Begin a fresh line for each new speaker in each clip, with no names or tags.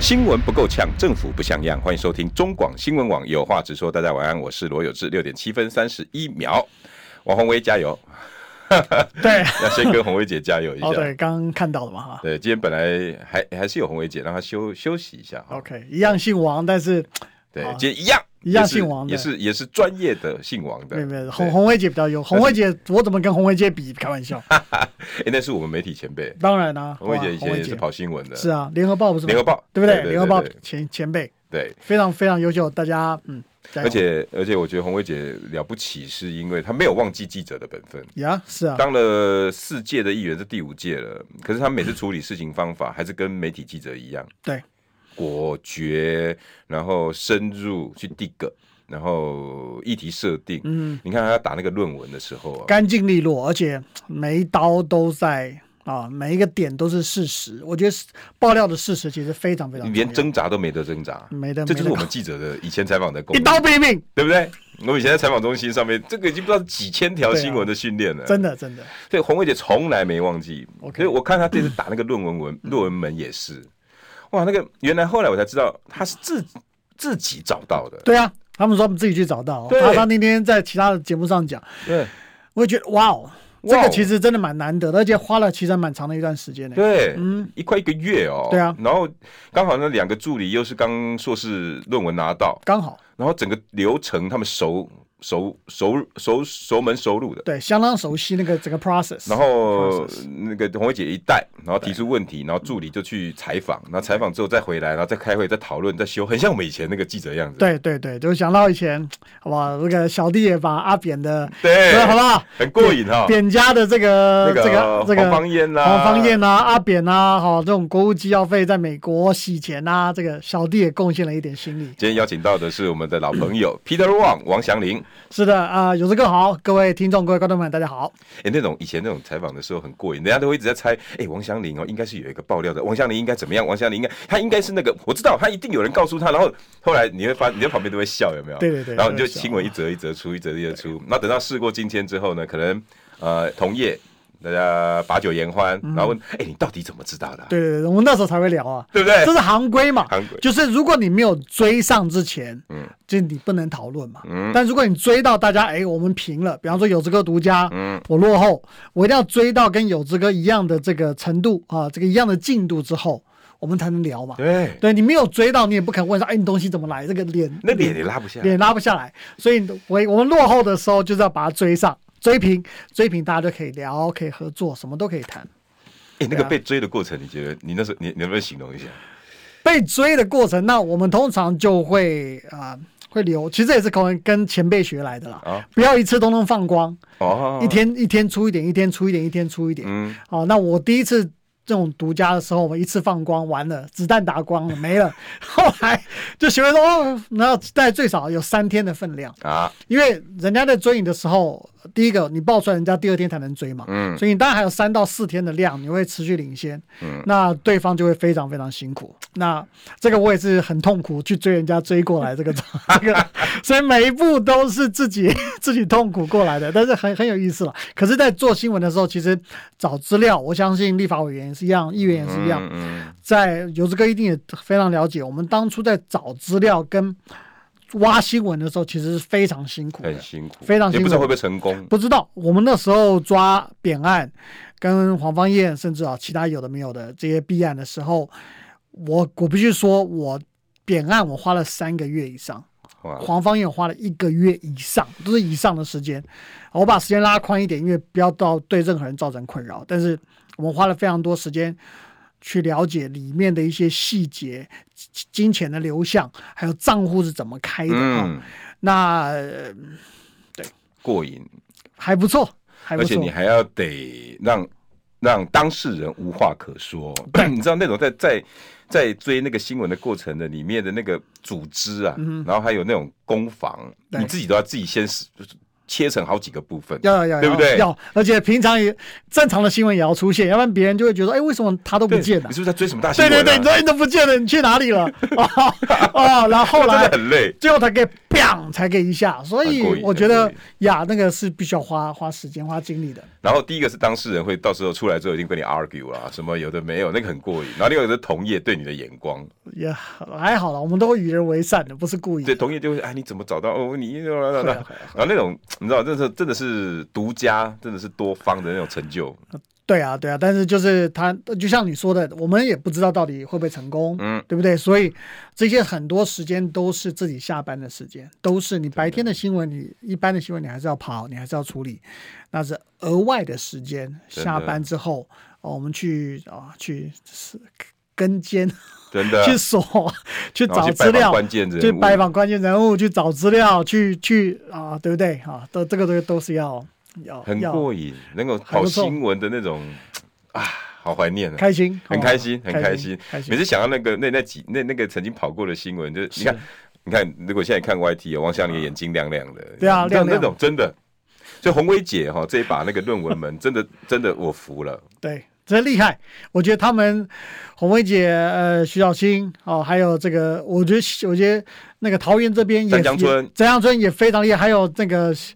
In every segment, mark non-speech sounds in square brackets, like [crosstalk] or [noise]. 新闻不够呛，政府不像样。欢迎收听中广新闻网，有话直说。大家晚安，我是罗有志。六点七分三十一秒，王宏威加油！
[laughs]
[laughs]
对，
要先跟宏威姐加油一下。
哦对，刚刚看到了嘛哈。
对，今天本来还还是有红伟姐，让她休休息一下哈。
OK，一样姓王，但是
对
好，
今天一样
一样
也是
姓王的
也是也是专业的姓王的。
没有没有，
对
红红薇姐比较优。红薇姐，我怎么跟红薇姐比？开
[laughs]
玩笑，
哎，那是我们媒体前辈，
当然啊啦，
红伟
好吧
姐以前也是跑新闻的。
是啊，联合报不是吗
联合报
对不
对对
对？联合报
对对
前前辈
对，
非常非常优秀，大家嗯，加油
而且而且我觉得红伟姐了不起，是因为她没有忘记记者的本分。
呀是啊，
当了四届的议员，是第五届了，可是她每次处理事情方法还是跟媒体记者一样。
对
果决，然后深入去 dig，然后议题设定。嗯，你看他打那个论文的时候啊，
干净利落，而且每一刀都在啊，每一个点都是事实。我觉得是爆料的事实其实非常非常
你
重
连
要
挣扎都没得挣扎，
没得
这就是
没得
我们记者的以前采访的功
一
力，
刀毙命，
对不对？我们以前在采访中心上面，这个已经不知道几千条
对啊
新闻的训练了。
真的真的
对，红伟姐从来没忘记。
OK
所以我看她这次打那个论文
[coughs]
文论文门也是，哇，那个原来后来我才知道她是自自己找到的。
对啊。他们说他们自己去找到，
对
他他那天在其他的节目上讲，
对
我也觉得哇哦，
哇
这
哦
个其实真的蛮难得的，而且花了其实还蛮长的一段时间呢。
对，一快一个月哦。
嗯对啊
然后刚好那两个助理又是刚硕士论文拿到，
刚好
然后整个流程他们熟熟熟熟熟门熟路的。
对，相当熟悉那个整个 process。
然后
process
那个红伟姐一带，然后提出问题，然后助理就去采访，然后采访之后再回来，然后再开会，再讨论，再修，很像我们以前那个记者样子。
对对对，就想到以前，好吧，那个小弟也把阿扁的，
对
好不好？
很过瘾哈。
扁家的这个
那
这
个
个这个
黄芳燕啦
黄芳燕啊，阿扁啊，好，这种国务机要费在美国洗钱啊，这个小弟也贡献了一点心力。
今天邀请到的是我们的老朋友 Peter Wang 王祥林。
是的啊、有这个好，各位听众、各位观众们，大家好。
哎、那种以前那种采访的时候很过瘾，人家都会一直在猜，哎、王祥林哦，应该是有一个爆料的，王祥林应该怎么样？王祥林应该他应该是那个，我知道他一定有人告诉他，然后后来你会发，你在旁边都会笑，有没有？
对对对
然后你就
都会笑
新闻一则一则出，一则一则出。那等到事过境迁之后呢，可能呃同业大家把酒言欢，
嗯
然后问，哎、你到底怎么知道的啊、
对对对，我们那时候才会聊啊，
对不对
这是行规嘛，
行规
就是如果你没有追上之前，
嗯
嗯，就你不能讨论嘛，嗯，但如果你追到大家，哎，我们平了，比方说有志哥独家，
嗯
嗯，我落后，我一定要追到跟有志哥一样的这个程度啊，这个一样的进度之后，我们才能聊嘛。
对，
对你没有追到，你也不肯问说，哎，你东西怎么来？这个脸，
那脸也拉不下来。
脸拉不下来，所以我我们落后的时候就是要把它追上，追平，追平，大家就可以聊，可以合作，什么都可以谈。
哎、那个
对啊
被追的过程，你觉得你那时候你你能不能形容一下？
被追的过程，那我们通常就会啊、会留，其实也是可能跟前辈学来的啦。
啊
不要一次都能放光，
哦，
一天一天出一点，一天出一点，一天出一点。
嗯，
好、那我第一次这种独家的时候，我一次放光完了，子弹打光了，没了。 [laughs] 后来就学会说，哦，那在最少有三天的分量。
啊，
因为人家在追你的时候，第一个你爆出来，人家第二天才能追嘛，
嗯
所以你当然还有三到四天的量，你会持续领先，嗯，那对方就会非常非常辛苦。那这个我也是很痛苦去追人家追过来这个 [laughs] 这个，所以每一步都是自己 [laughs] 自己痛苦过来的，但是很很有意思了。可是，在做新闻的时候，其实找资料，我相信立法委员也是一样，议员也是一样，
嗯嗯。
在游志哥一定也非常了解，我们当初在找资料跟挖新闻的时候，其实是非常辛苦的
嗯很。辛苦，
非常辛
也
苦
不知道会不会成功。
不知道我们那时候抓扁案，跟黄芳燕，甚至啊其他有的没有的这些弊案的时候，我我必须说，我扁案我花了三个月以上，
哇，
黄芳燕花了一个月以上，都是以上的时间。我把时间拉宽一点，因为不要到对任何人造成困扰。但是我们花了非常多时间去了解里面的一些细节、金金钱的流向，还有账户是怎么开的啊、
嗯，
那、呃
过瘾，
还不错，还不
而且
错
你。还要得让让当事人无话可
[clears throat]
说。
对
你知道那种在在在追那个新闻的过程的里面的那个组织啊，然后还有那种攻防，
嗯对
你自己都要自己先切成好几个部分，
要要要，
对不对？
要，而且平常也正常的新闻也要出现，要不然别人就会觉得，哎，为什么他都不
对
见了
[laughs] 你？是不是在追什么大新
对
闻、啊？
对 [laughs] 对，你说你哎都不见了，你去哪里了？哦哦，然后后
[laughs] 真
来
的很累。
最后才给砰才给一下，所
很过
以
瘾
我
很过
觉得
瘾
呀，那个是必须要花花时间、花精力的。
然后第一个是当事人会到时候出来之后已经跟你 argue 啦，什么有的没有，那个很过瘾。然后另外一个是同业对你的眼光，
也还好啦，我们都会与人为善的，不是故意
对
的。
同业就会哎你怎么找到哦
[laughs]
你，然
会啊会啊
后那种你知道，真的是真的是独家，真的是多方的那种成就，
对啊，对啊，但是就是他，就像你说的，我们也不知道到底会不会成功，
嗯，
对不啊对？所以这些很多时间都是自己下班的时间，都是你白天的新闻，你一般的新闻你还是要跑，你还是要处理，那是额外的时间。
真的
下班之后，哦，我们去啊、去是跟监，
真的。
去锁，去
啊然后
找
去
资
拜访
料，
关键人物，
去拜访关键人物，去找资料，去去啊，对不对？啊，都这个都都是要要
很
要
过瘾，能够
很
跑
不错
新闻的那种啊，好怀念啊！
开心，
很
哦
开心，很开
开
心。
开
每
心。
次想到那个那那几那那个曾经跑过的新闻，就是你
是
看，你看，如果现在看 YT，哦王祥林眼睛亮亮的，
对啊
你知道
亮
那
亮
种真的。所以红薇姐哈、这一把那个论文门真的真的我服了，
对，真厉害！我觉得他们红薇姐、呃徐小青哦，还有这个，我觉得我觉得那个桃园这边也
詹江村
也詹江村也非常厉害，还有那个新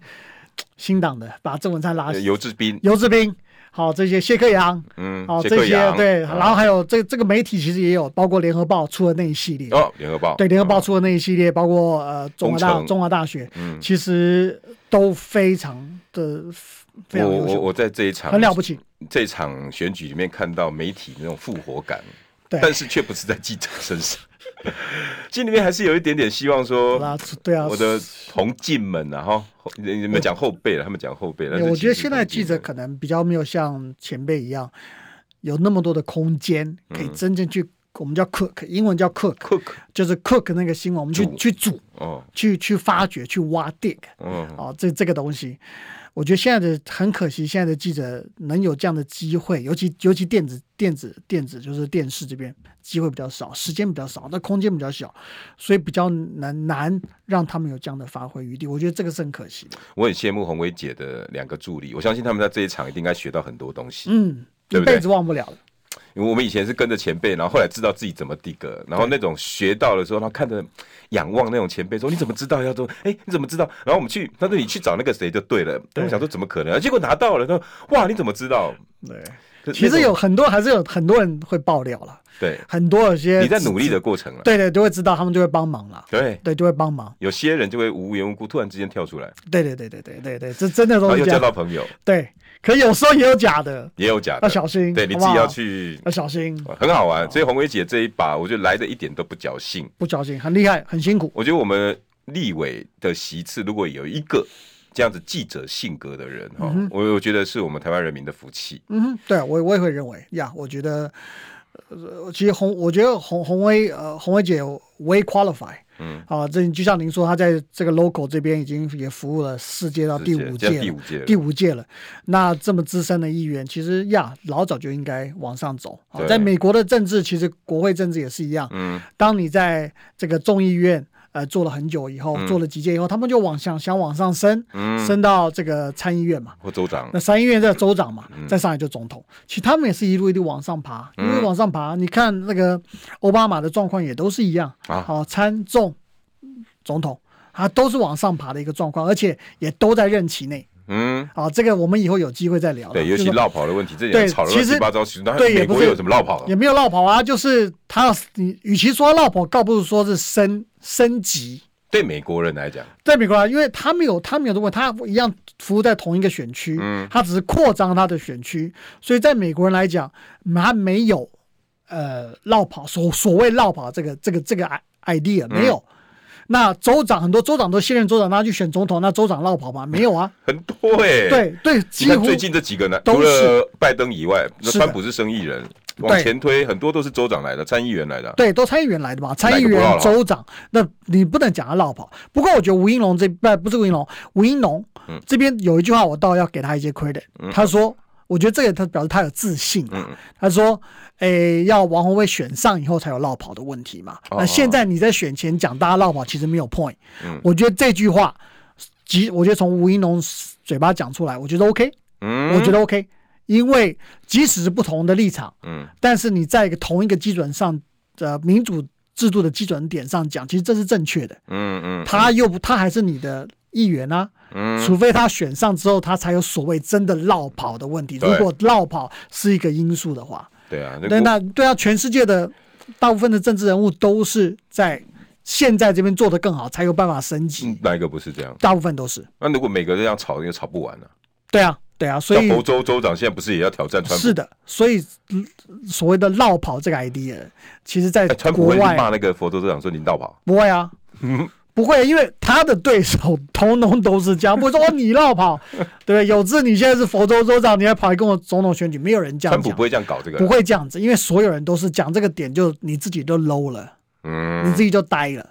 新党的把郑文灿拉
呃
起，
尤志斌，
游志斌。好，这些谢克阳，
嗯，
好、
谢
哦这
克
些
阳，
对，
啊
然后还有这这个媒体其实也有，包括联合报出的那一系列，
哦，联合报，
对，联合报
哦
出的那一系列，包括呃中华
工
大
程
中华大学，
嗯
其实都非常的非常
我
优
我
秀，
我在这一场
很了不起。
这场选举里面看到媒体那种复活感，
对，
但是却不是在记者身上，心里面还是有一点点希望说
好，啦，对啊，
我的同进们啊，哈，后你你们讲后辈了，他们讲后辈了。但是
我觉得
其实
现在记
同
者
进
可能比较没有像前辈一样有那么多的空间，可
嗯
以真正去我们叫 cook，英文叫 cook，
门 cook
就是 cook 那个新闻，我们去
煮
去煮、
哦，
去去发掘、去挖 dig
嗯，
啊，这这个东西。我觉得现在的很可惜，现在的记者能有这样的机会，尤其尤其电子电子电子就是电视这边机会比较少，时间比较少，那空间比较小，所以比较难难让他们有这样的发挥余地。我觉得这个是很可惜的。
我很羡慕红薇姐的两个助理，我相信他们在这一场一定应该学到很多东西。
嗯，
对
一
不对
辈子忘不了的。
因为我们以前是跟着前辈，然后后来知道自己怎么地格，然后那种学到的时候，然后看着仰望那种前辈说：“你怎么知道？”要说：“哎，你怎么知道？”然后我们去，他说：“你去找那个谁就对了。”但我想说怎么可能？结果拿到了，他说：“哇，你怎么知道
对，？”
就
其
那
实
种
有很多还是有很多人会爆料了，
对
很多有些
你在努力的，过程了，
对对，都会知道，他们就会帮忙了，
对，
对，就会帮忙，
有些人就会无缘无故突然之间跳出来，
对对对对对对对，这真的
然
都
后
是
又
这
交
样，
到朋友，
对，可有时候也有假的，
也有假的，
要小心，
啊对，你
好
自
不
己
好
要，去，哦
要小心，
很好玩。所以红薇姐这一把，我觉得来的一点都不侥幸。
不小心很厉害，很辛苦，
我觉得我们立委的席次，如果有一个这样子记者性格的人哈，我我觉得是我们台湾人民的福气。
嗯哼，对我我也会认为呀，我觉得。呃，其实红，我觉得红红威呃，红威姐 way qualify，
嗯，
啊，这就像您说，她在这个 local 这边已经也服务了世界到第五
这
届
样第
了
五，届了，
第五届了，那这么资深的议员，其实呀，老早就应该往上走。啊
对
在美国的政治，其实国会政治也是一样。
嗯，
当你在这个众议院呃做了很久以后，做了几届以后，他们就往想想往上升，
嗯
升到这个参议院嘛。
或州长
那参议院在州长嘛，
嗯
在上海就总统，其实他们也是一路一路往上爬，一路往上爬。你看那个奥巴马的状况也都是一样，
啊
好、参众总统，啊都是往上爬的一个状况，而且也都在任期内。
嗯。
啊，这个我们以后有机会再聊了。
对，尤其
就是说
落跑的问题，这也
对
吵得
其
乱
实
七八糟。其实那
对也
美
不
国
是
有什么落跑
也
的？
没有落跑啊，就是他要你，与其说落跑，倒不如说是升升级。
对美国人来讲，
在美国啊，因为他们有他们有的问，他一样服务在同一个选区，
嗯
他只是扩张他的选区，所以在美国人来讲，他没有呃落跑所所谓落跑这个这个这个 i-
嗯
idea 没有。那州长很多州长都卸任州长，那去选总统，那州长落跑吗？没有啊，
很多哎。
对对，
你
几
看
乎
最近这几个呢，
都
除
是
了拜登以外，那
是的
川普是生意人，往前推很多都是州长来的、参议员来的。
对，都参议员来的嘛，参
哪
议
个不落
员、
跑
州长，那你不能讲他落跑。不过我觉得吴英龙这不不是吴英龙，吴英龙、
嗯
这边有一句话，我倒要给他一些 credit。他说，我觉得这个他表示他有自信
嗯
啊。他说，诶，要王宏威选上以后才有落跑的问题嘛。
哦嗯
那现在你在选前讲大家落跑，其实没有 point。我觉得这句话即我觉得从吴一农嘴巴讲出来，我觉得 OK，
嗯
我觉得 OK，因为即使是不同的立场，
嗯
但是你在一个同一个基准上，呃，民主制度的基准点上讲，其实这是正确的。
嗯嗯，
他又不，他还是你的议员啊，
嗯
除非他选上之后，他才有所谓真的绕跑的问题。
对
如果绕跑是一个因素的话，
对啊，
对，那对啊，全世界的大部分的政治人物都是在现在这边做得更好，才有办法升级。
嗯哪一个不是这样？
大部分都是，
那如果每个都这样吵，又吵不完了。
对啊，对啊，所
像
以
佛州州长现在不是也要挑战川普？
是的，所以嗯所谓的绕跑这个 idea，其实在
哎，川普
国
会去
外啊
骂那个佛州州长说领导跑。
不
[laughs]
会啊，不会，因为他的对手通通都是这样，不会说哦你
[laughs]
绕跑，对不对？有志你现在是佛州州长，你还跑来跟我总统选举，没有人这
川
样
普
讲
不，会这样搞这个，
不，会这样子，因为所有人都是讲这个点，就你自己都 low 了，
嗯，
你自己就呆了，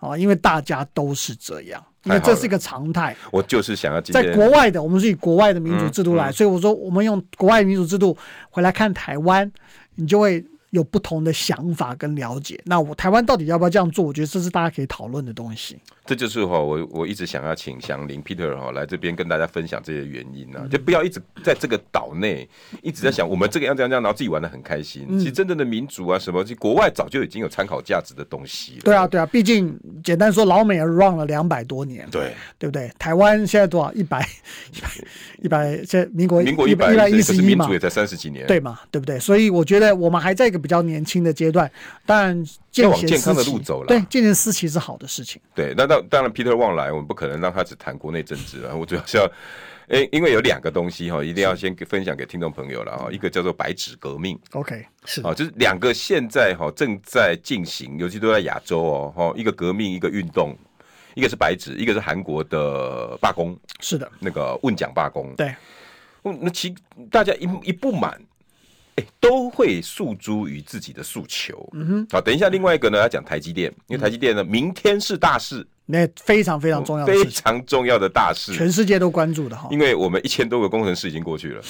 哦，因为大家都是这样，因为
太好
这
了
是一个常态。
我就是想要今
在
天
国外的，我们是以国外的民
嗯
主制度来，所以我说我们用国外民主制度回来看台湾，你就会有不同的想法跟了解。那我台湾到底要不要这样做？我觉得这是大家可以讨论的东西。
这就是哈、我我一直想要请祥林 Peter 哈、来这边跟大家分享这些原因
嗯
啊，就不要一直在这个岛内一直在想我们这个样这样这样，然后自己玩的很开心。
嗯
其实真正的民主啊什么，其实国外早就已经有参考价值的东西了。
对啊，，对啊，毕竟简单说，老美也 run 了两百多年，
对，
对不对？台湾现在多少？一百一百一百，现在民国
民国一
一
百
百
一
一
十，可
十
是
一
民
嘛
主也，才三十几年，，
对嘛，对不对？所以我觉得我们还在一个比较年轻的阶段，但见
要往
贤
健康的
思
路
齐
走啦
对，见贤思齐是好的事情。
对，那当当然，Peter Wang 来，我们不可能让他只谈国内政治啊。我主要是要，诶，因为有两个东西哈、一定要先给分享给听众朋友了哈、一个叫做白纸革命，
OK，是
啊，就是两个现在哈、正在进行，尤其都在亚洲哦，哈、一个革命，一个运动，一个是白纸，一个是韩国的罢工，
是的，
那个问奖罢工，
对。
嗯那其大家一一不满。诶都会诉诸于自己的诉求。嗯哼，好，等一下，另外一个呢，要讲台积电，因为台积电呢，明天是大事，
那非常非常重要的
非
事情，
哦常重要的大事，
全世界都关注的哈，
因为我们一千多个工程师已经过
[laughs]
去了，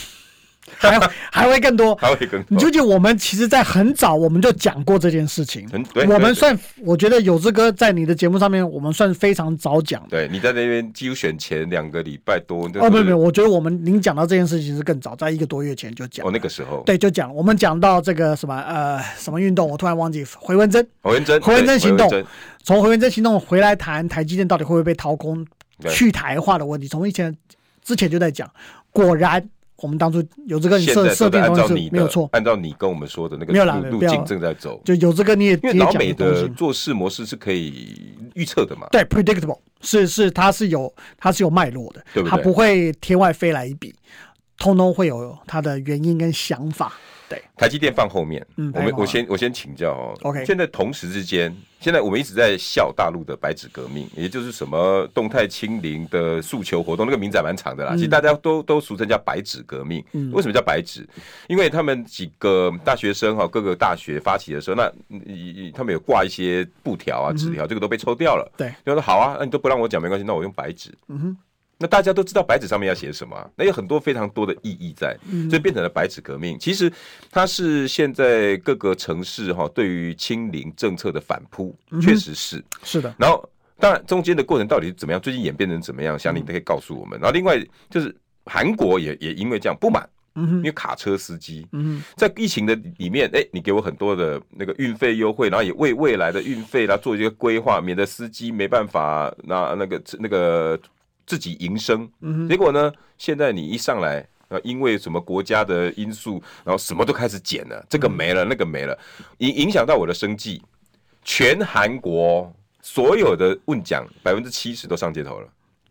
还还会更多。
还会哦更
你究竟我们其实，在很早我们就讲过这件事情
很对，对
我
对
们算，我觉得有志哥在你的节目上面，我们算非常早讲的。
对，你在那边几乎选前两个礼拜多，
哦，没有没
有，
有，我觉得我们您讲到这件事情是更早，在一个多月前就讲
哦，。那个时候，
对，就讲我们讲到这个什么呃什么运动，我突然忘记回文针，
侯文珍，
回文
对
针行动
回文珍，
从回文针行动回来谈台积电到底会不会被掏空、
对
去台化的问题，从以前之前就在讲，果然我们当初有这个
现
设
在
设
都在
定的
按照
东
你
西
的，
没有错，
按照你跟我们说的那个
没有啦
路
不
路
要
径正在走，
就有这个你也
因为
也
老
讲
美
的东
的
西，
做事模式是可以预测的嘛，
对 predictable 是是它是有它是有脉络的，
对不对
它不会天外飞来一笔，通通会有它的原因跟想法。对，
台积电放后面，
嗯
我
台
们
积电
我先我先请教哦。
OK
现在同时之间，现在我们一直在笑大陆的白纸革命，也就是什么动态清零的诉求活动，那个名字还蛮长的
嗯
啦。其实大家都都俗称叫白纸革命。为什么叫白纸？因为他们几个大学生哈，各个大学发起的时候，那嗯他们有挂一些布条啊、
嗯
纸条，这个都被抽掉了。
对，
就说好啊，那你都不让我讲没关系，那我用白纸。嗯哼。那大家都知道白纸上面要写什么啊、那有很多非常多的意义在，所以变成了白纸革命。其实它是现在各个城市哈、对于清零政策的反扑，确实是。
是的，
然后当然中间的过程到底是怎么样，最近演变成怎么样，祥林都可以告诉我们。然后另外就是韩国也也因为这样不满。因为卡车司机，在疫情的里面，哎、你给我很多的那个运费优惠，然后也为未来的运费啦做一些规划，免得司机没办法那那个那个自己营生。结果呢，现在你一上来。啊，因为什么国家的因素，然后什么都开始减了，这个没了，那个没了，影影响到我的生计，全韩国所有的问奖百分之七十都上街头了，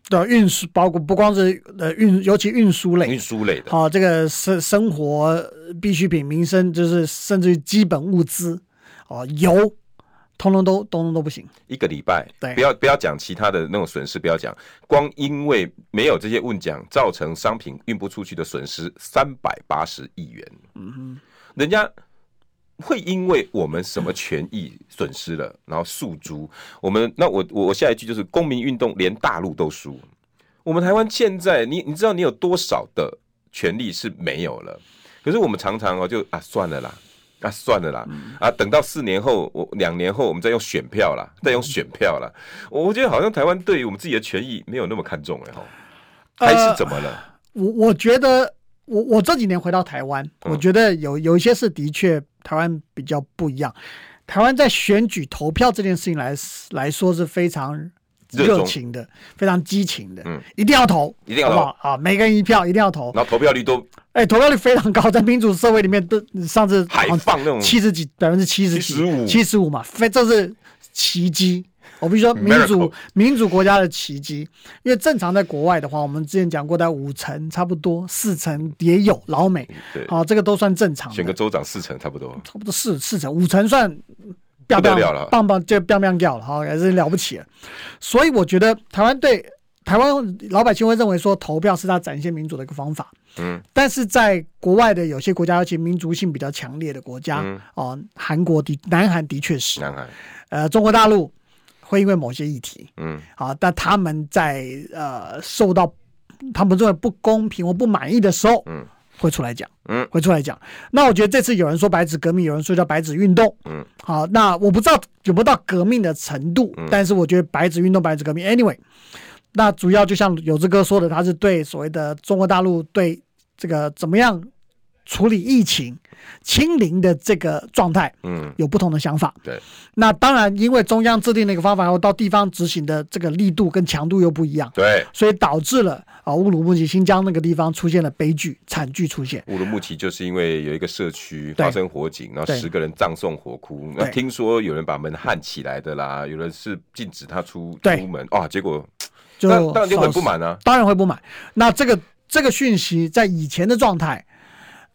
对运输包括不光是呃运，尤其运输类
运，输类的，
好、这个生生活呃必需品、民生，就是甚至于基本物资，哦，油，通通都通通都不行。
一个礼拜
对，
不要不要讲其他的那种损失，不要讲，光因为没有这些问奖，造成商品运不出去的损失三百八十亿元，嗯人家会因为我们什么权益损失了，然后诉诸我们。那我我我下一句就是公民运动连大陆都输，我们台湾现在你你知道你有多少的权利是没有了？可是我们常常哦就啊算了啦，啊，算了啦，
嗯
啊，等到四年后，我两年后，我们再用选票啦，再用选票啦。我我觉得好像台湾对于我们自己的权益没有那么看重了哈，
呃
还是怎么了？
我我觉得，我我这几年回到台湾，我
嗯
觉得有有一些事的确台湾比较不一样。台湾在选举投票这件事情来来说是非常
热衷
热情的，非常激情的，
嗯
一定要投，
一定要投
好不好啊！每个人一票，一定要投。
然后投票率都
哎，投票率非常高，在民主社会里面都上次
海放那种
七十几百分之七十几
75
七十五嘛，非这是奇迹。我必须说，民
Miracle
主民主国家的奇迹，因为正常在国外的话，我们之前讲过，在五成差不多，四成也有老美，
对，
啊，这个都算正常的，
选个州长四成差不多，
差不多四四成，五成算
不
棒
得
棒
了了
棒棒就棒棒掉了哈，还是了不起了。所以我觉得台湾对台湾老百姓会认为说投票是他展现民主的一个方法，
嗯，
但是在国外的有些国家，尤其民族性比较强烈的国家，
嗯
哦，韩国的南韩的确是，
南海，
呃，中国大陆会因为某些议题，
嗯
啊，但他们在呃受到他们认为不公平或不满意的时候，
嗯，
会出来讲，
嗯
会出来讲。那我觉得这次有人说白纸革命，有人说叫白纸运动，
嗯，
好，那我不知道有没有到革命的程度，但是我觉得白纸运动、白纸革命，anyway，那主要就像有志哥说的，他是对所谓的中国大陆对这个怎么样处理疫情、清零的这个状态
嗯，
有不同的想法，
对，
那当然，因为中央制定的一个方法，然后到地方执行的这个力度跟强度又不一样，
对，
所以导致了啊乌鲁木齐、新疆那个地方出现了悲剧、惨剧出现。
乌鲁木齐就是因为有一个社区
对
发生火警，然后
对
十个人葬送火窟。那
对
听说有人把门焊起来的啦，有人是禁止他出
对
出门啊，结果
就
那当然就很
少
不满啊。
当然会不满。那这个这个讯息在以前的状态，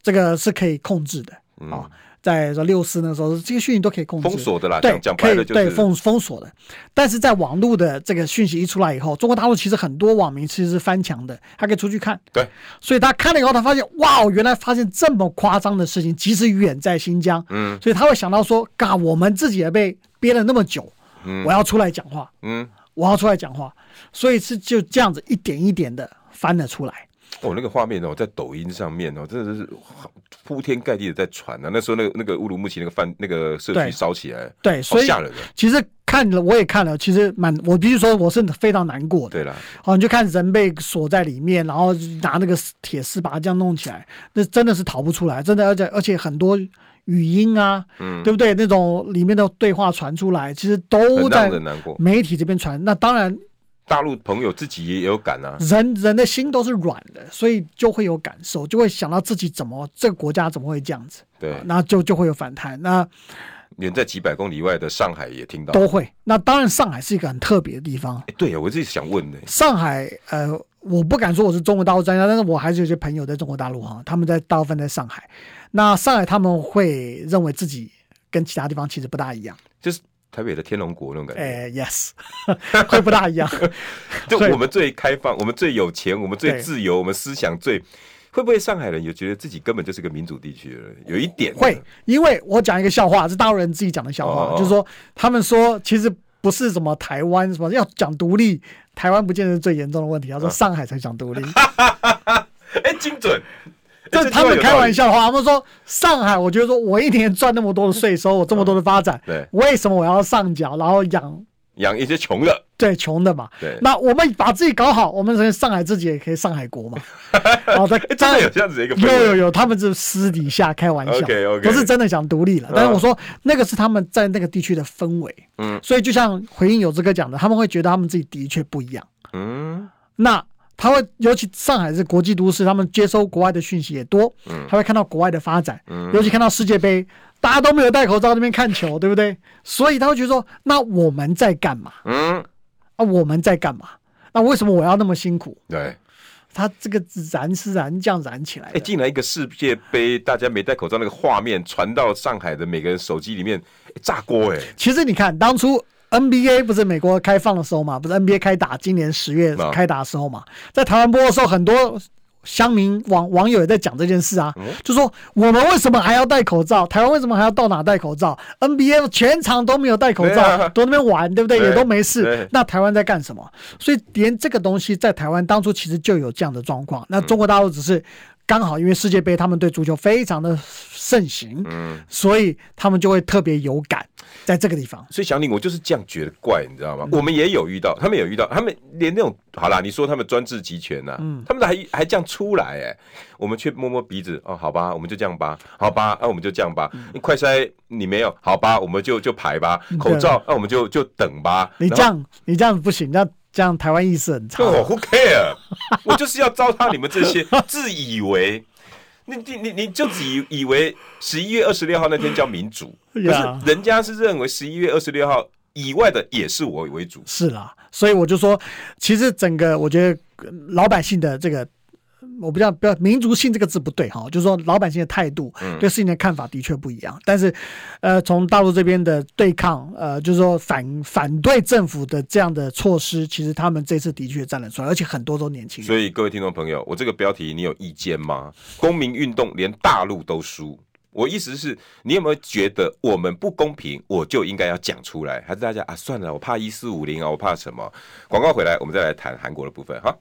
这个是可以控制的啊、哦在说六四那个时候，这些讯息都可以控制，
嗯封锁的啦
对
讲，讲白
可以
了就是
对封封锁的。但是在网络的这个讯息一出来以后，中国大陆其实很多网民其实是翻墙的，他可以出去看。
对，
所以他看了以后，他发现哇，哦原来发现这么夸张的事情，即使远在新疆，
嗯，
所以他会想到说，嘎，我们自己也被憋了那么久，
嗯
我要出来讲话，
嗯，
我要出来讲话，所以是就这样子一点一点的翻了出来。
哦，那个画面哦，在抖音上面哦，真的是哇铺天盖地的在传啊。那时候那个那个乌鲁木齐那个饭那个社区
对
烧起来，
对，
好
所以
吓人啊！
其实看了我也看了，其实蛮我必须说我是非常难过的。
对啦，
哦，你就看人被锁在里面，然后拿那个铁丝把它这样弄起来，那真的是逃不出来，真的，而且而且很多语音啊，
嗯
对不对？那种里面的对话传出来，其实都
很让
在
人难过。
媒体这边传。那当然，
大陆朋友自己也有感啊，
人人的心都是软的，所以就会有感受，就会想到自己怎么这个国家怎么会这样子，
对
啊，那就就会有反弹。那
连在几百公里外的上海也听到。
都会。那当然，上海是一个很特别的地方。
哎，对啊，我自己想问呢，
上海，呃，我不敢说我是中国大陆专家，但是我还是有些朋友在中国大陆哈，他们在大部分在上海。那上海他们会认为自己跟其他地方其实不大一样，
就是台北的天龙国那种感觉。
哎、y e s [laughs] 会不大
[laughs]
一样。
就
对
我们最开放，我们最有钱，我们最
对
自由，我们思想最……会不会上海人也觉得自己根本就是个民主地区了？有一点
会，因为我讲一个笑话，是大陆人自己讲的笑
哦
话，就是说他们说其实不是什么台湾什么要讲独立，台湾不见得是最严重的问题，
嗯
他说上海才讲独立，
哎、精准，
这
哎
是他们开玩
笑。
笑的话，他们说上海，我觉得说我一年赚那么多的税收，我这么多的发展，
嗯对
为什么我要上缴，然后养
养一些穷的，
对穷的嘛？
对
那我们把自己搞好，我们上海自己也可以上海国
[laughs]
嘛？好的，
哎真
当
的
然
有这样子的一个氛
有有
围。
有，他们是私底下开玩笑
OK，OK
不是真的想独立了。但是我说那个是他们在那个地区的氛围，
嗯，
所以就像回应有志哥讲的，他们会觉得他们自己的确不一样。
嗯，
那他会，尤其上海是国际都市，他们接收国外的讯息也多，他会看到国外的发展，尤其看到世界杯，大家都没有戴口罩在那边看球，对不对？所以他会觉得说，那我们在干嘛？
嗯，
啊，我们在干嘛？那为什么我要那么辛苦？
对。哎、
他这个燃是燃这样燃起来的，
竟哎然一个世界杯，大家没戴口罩那个画面传到上海的每个人手机里面，哎炸锅哎、
其实你看，当初 NBA 不是美国开放的时候嘛，不是 NBA 开打，今年十月
啊
开打的时候嘛，在台湾播的时候，很多乡民网网友也在讲这件事啊，
嗯
就说我们为什么还要戴口罩？台湾为什么还要到哪戴口罩？NBA 全场都没有戴口
对
罩，
啊
都在那边玩，对不对？
对
也都没
对
事。那台湾在干
嗯
什么？所以连这个东西在台湾当初其实就有这样的状况。那中国大陆只是刚好因为世界杯他们对足球非常的盛行，
嗯，
所以他们就会特别有感在这个地方。
所以小李，我就是这样觉得怪，你知道吗？
嗯
我们也有遇到，他们有遇到，他们连那种好啦，你说他们专制集权呐、
嗯
他们还还这样出来哎、我们却摸摸鼻子哦，好吧，我们就这样吧，好吧，啊那、我们就这样吧。
嗯
你快筛你没有，好吧，我们就就排吧。口罩啊那、我们就就等吧。
你这
然后
样，你这样不行，那这样台湾意识很差
对。我 [laughs] who care？我就是要糟蹋你们这些自以为，你你你你就只以以为十一月二十六号那天叫民主，可是
Yeah
人家是认为十一月二十六号以外的也是我为主。
是啦，所以我就说，其实整个我觉得呃老百姓的这个，我不知道不要民族性这个字不对哈，就是说老百姓的态度、
嗯
对事情的看法的确不一样。但是，呃，从大陆这边的对抗，呃，就是说反反对政府的这样的措施，其实他们这次的确站了出来，而且很多都年轻人。
所以各位听众朋友，我这个标题你有意见吗？公民运动连大陆都输。我意思是，你有没有觉得我们不公平，我就应该要讲出来？还是大家啊，算了，我怕一四五零啊，我怕什么？广告回来，我们再来谈韩国的部分哈。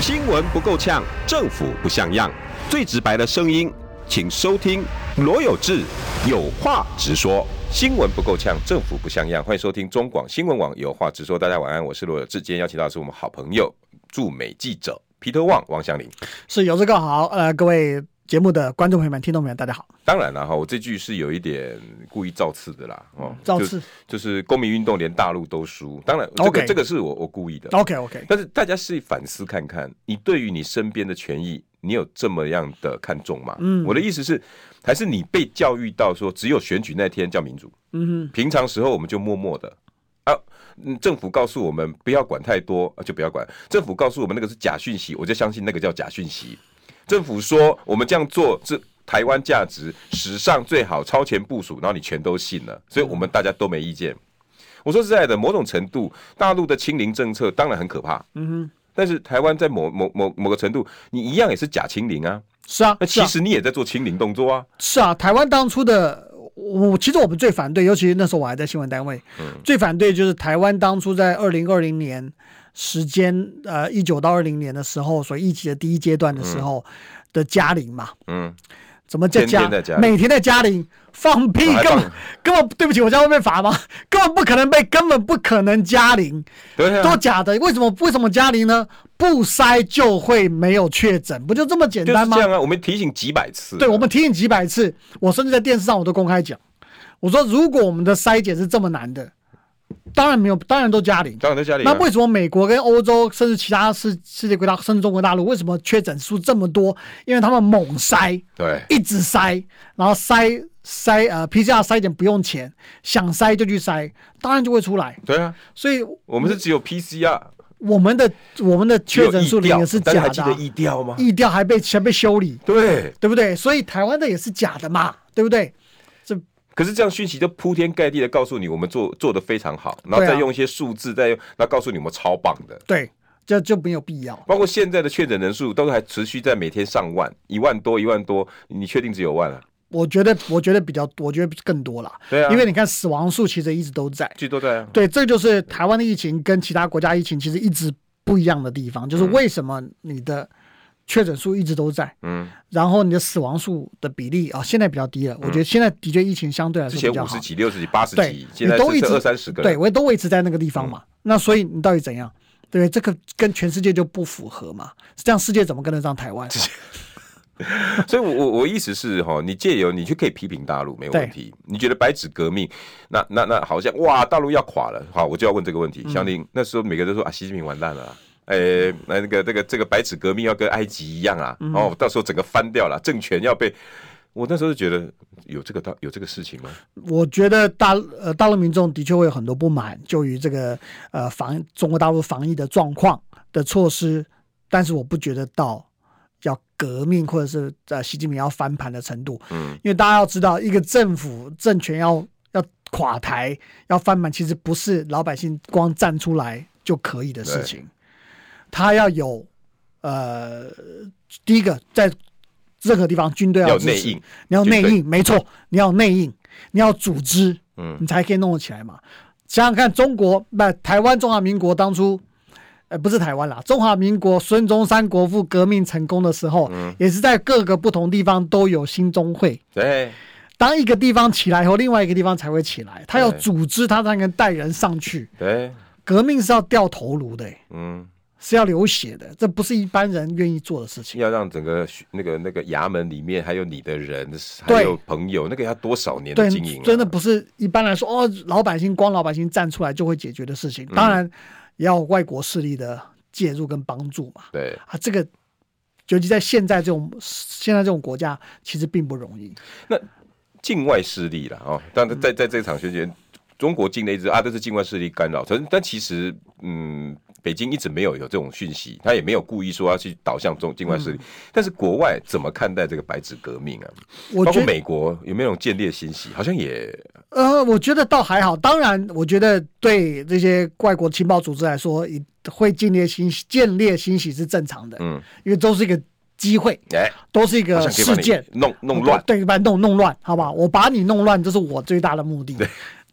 新闻不够呛，政府不像样，最直白的声音，请收听罗有志有话直说。新闻不够呛，政府不像样，欢迎收听中广新闻网有话直说。大家晚安，我是罗有志，今天邀请到的是我们好朋友驻美记者皮特旺王祥林。
是有这个好，呃，各位节目的观众朋友们、听众朋友们，大家好。
当然了哈，我这句是有一点故意造次的啦，哦，
造
就
次
就是公民运动连大陆都输，当然这个
OK
这个是我我故意的。
OK OK，
但是大家是反思看看，你对于你身边的权益，你有这么样的看重吗？嗯，我的意思是，还是你被教育到说，只有选举那天叫民主，
嗯
平常时候我们就默默的啊，嗯政府告诉我们不要管太多，啊就不要管；政府告诉我们那个是假讯息，我就相信那个叫假讯息。政府说我们这样做是台湾价值、史上最好、超前部署，然后你全都信了，所以我们大家都没意见。我说实在的，某种程度，大陆的清零政策当然很可怕，
哼，嗯哼，
但是台湾在某某某某个程度，你一样也是假清零啊。
是啊，
那
是啊
其实你也在做清零动作啊。
是啊，台湾当初的我，其实我们最反对，尤其是那时候我还在新闻单位，
嗯
最反对就是台湾当初在二零二零年时间，呃，一九到二零年的时候，所疫情的第一阶段的时候的嘉陵嘛，
嗯，
怎么叫
天天
嘉
在嘉？陵
每天在嘉陵放屁，
还
根
放
本根本对不起，我这样会被罚吗？ [laughs] 根本不可能被，根本不可能嘉陵。
对
都
啊，
假的，为什么？为什么嘉陵呢？不筛就会没有确诊，不就这么简
就是
单吗
这？样啊。我们提醒几百次，
对我们提醒几百次，我甚至在电视上我都公开讲，我说如果我们的筛检是这么难的，当然没有，当然都嘉陵。
当然在家里啊、
那为什么美国跟欧洲，甚至其他世世界国家，甚至中国大陆，为什么确诊数这么多？因为他们猛筛，
对
一直筛，然后筛筛呃 PCR 筛检不用钱，想筛就去筛，当然就会出来。
对啊，
所以
我们是只有 PCR
我们的我们的
只有
确诊数
疫调
也是
但
假
还
的
记
啊
得，疫调吗？
疫调还被全被修理，
对，
对不对？所以台湾的也是假的嘛，对不对？这
可是这样讯息就铺天盖地的告诉你，我们做做的非常好，然后
对啊
再用一些数字，再用，那告诉你我们超棒的。
对，这就没有必要。
包括现在的确诊人数都还持续在每天上万，一万多，一万多，你确定只有万啊？
我觉得，我觉得比较，我觉得更多啦。
对啊
因为你看死亡数其实一直都在。
最多在啊，
对，这就是台湾的疫情跟其他国家疫情其实一直不一样的地方，就是为什么你的确诊数一直都在，
嗯，
然后你的死亡数的比例啊、现在比较低了。我觉得现在的确疫情相对来
嗯之
说
前
比较
五
好
十。几、六十几、八十
对，
几，
你
现在
都一
是
直
二三十个人，嗯
对，我都维持在那个地方嘛。那所以你到底怎样？对，这个跟全世界就不符合嘛。这样世界怎么跟得上台湾？
所以我，我我意思是哈，你借由你就可以批评大陆没有问题。你觉得白纸革命，那那那好像哇，大陆要垮了，好，我就要问这个问
嗯
题。相令那时候每个人都说啊，习近平完蛋了啊。哎，那那个这个这个白纸革命要跟埃及一样啊，
嗯
哦，到时候整个翻掉了，政权要被。我那时候就觉得有这个道有这个事情吗？
我觉得大呃大陆民众的确会有很多不满，就于这个呃防中国大陆防疫的状况的措施，但是我不觉得到要革命或者是呃习近平要翻盘的程度，
嗯，
因为大家要知道，一个政府政权要要垮台要翻盘，其实不是老百姓光站出来就可以的事情，他要有呃第一个在任何地方军队
要有
支
内
持
应，
你要内
军队
应，没错，你要有内应，你要组织，
嗯
你才可以弄得起来嘛。想想看，中国不台湾中华民国当初呃，不是台湾啦，中华民国孙中山国父革命成功的时候，
嗯
也是在各个不同地方都有兴中会。
对，
当一个地方起来以后，另外一个地方才会起来，他要
对
组织，他才能带人上去。
对，
革命是要掉头颅的、欸
嗯，
是要流血的，这不是一般人愿意做的事情。
要让整个学那个那个衙门里面还有你的人，还
对
有朋友，那个要多少年
对
的经营、啊？，
真的不是一般来说哦，老百姓光老百姓站出来就会解决的事情。
嗯
当然，也要有外国势力的介入跟帮助嘛。
对。
啊，这个尤其在现在这种现在这种国家，其实并不容易。
境外势力了哦。但
嗯
在在这场选举，中国境内一直啊都是境外势力干扰，但但其实嗯，北京一直没有有这种讯息，他也没有故意说要去导向中境外
嗯
势力。但是国外怎么看待这个白纸革命啊？
我
包
觉
括
得
美国有没有那种建立欣喜？好像也
呃，我觉得倒还好。当然，我觉得对这些外国情报组织来说，一会建立欣喜、建立欣喜是正常的，
嗯，
因为都是一个机会，
哎，
都是一
好
个
像可以
事
把
件。
你弄弄乱。
对，把你弄弄乱，好吧？我把你弄乱，这是我最大的目的。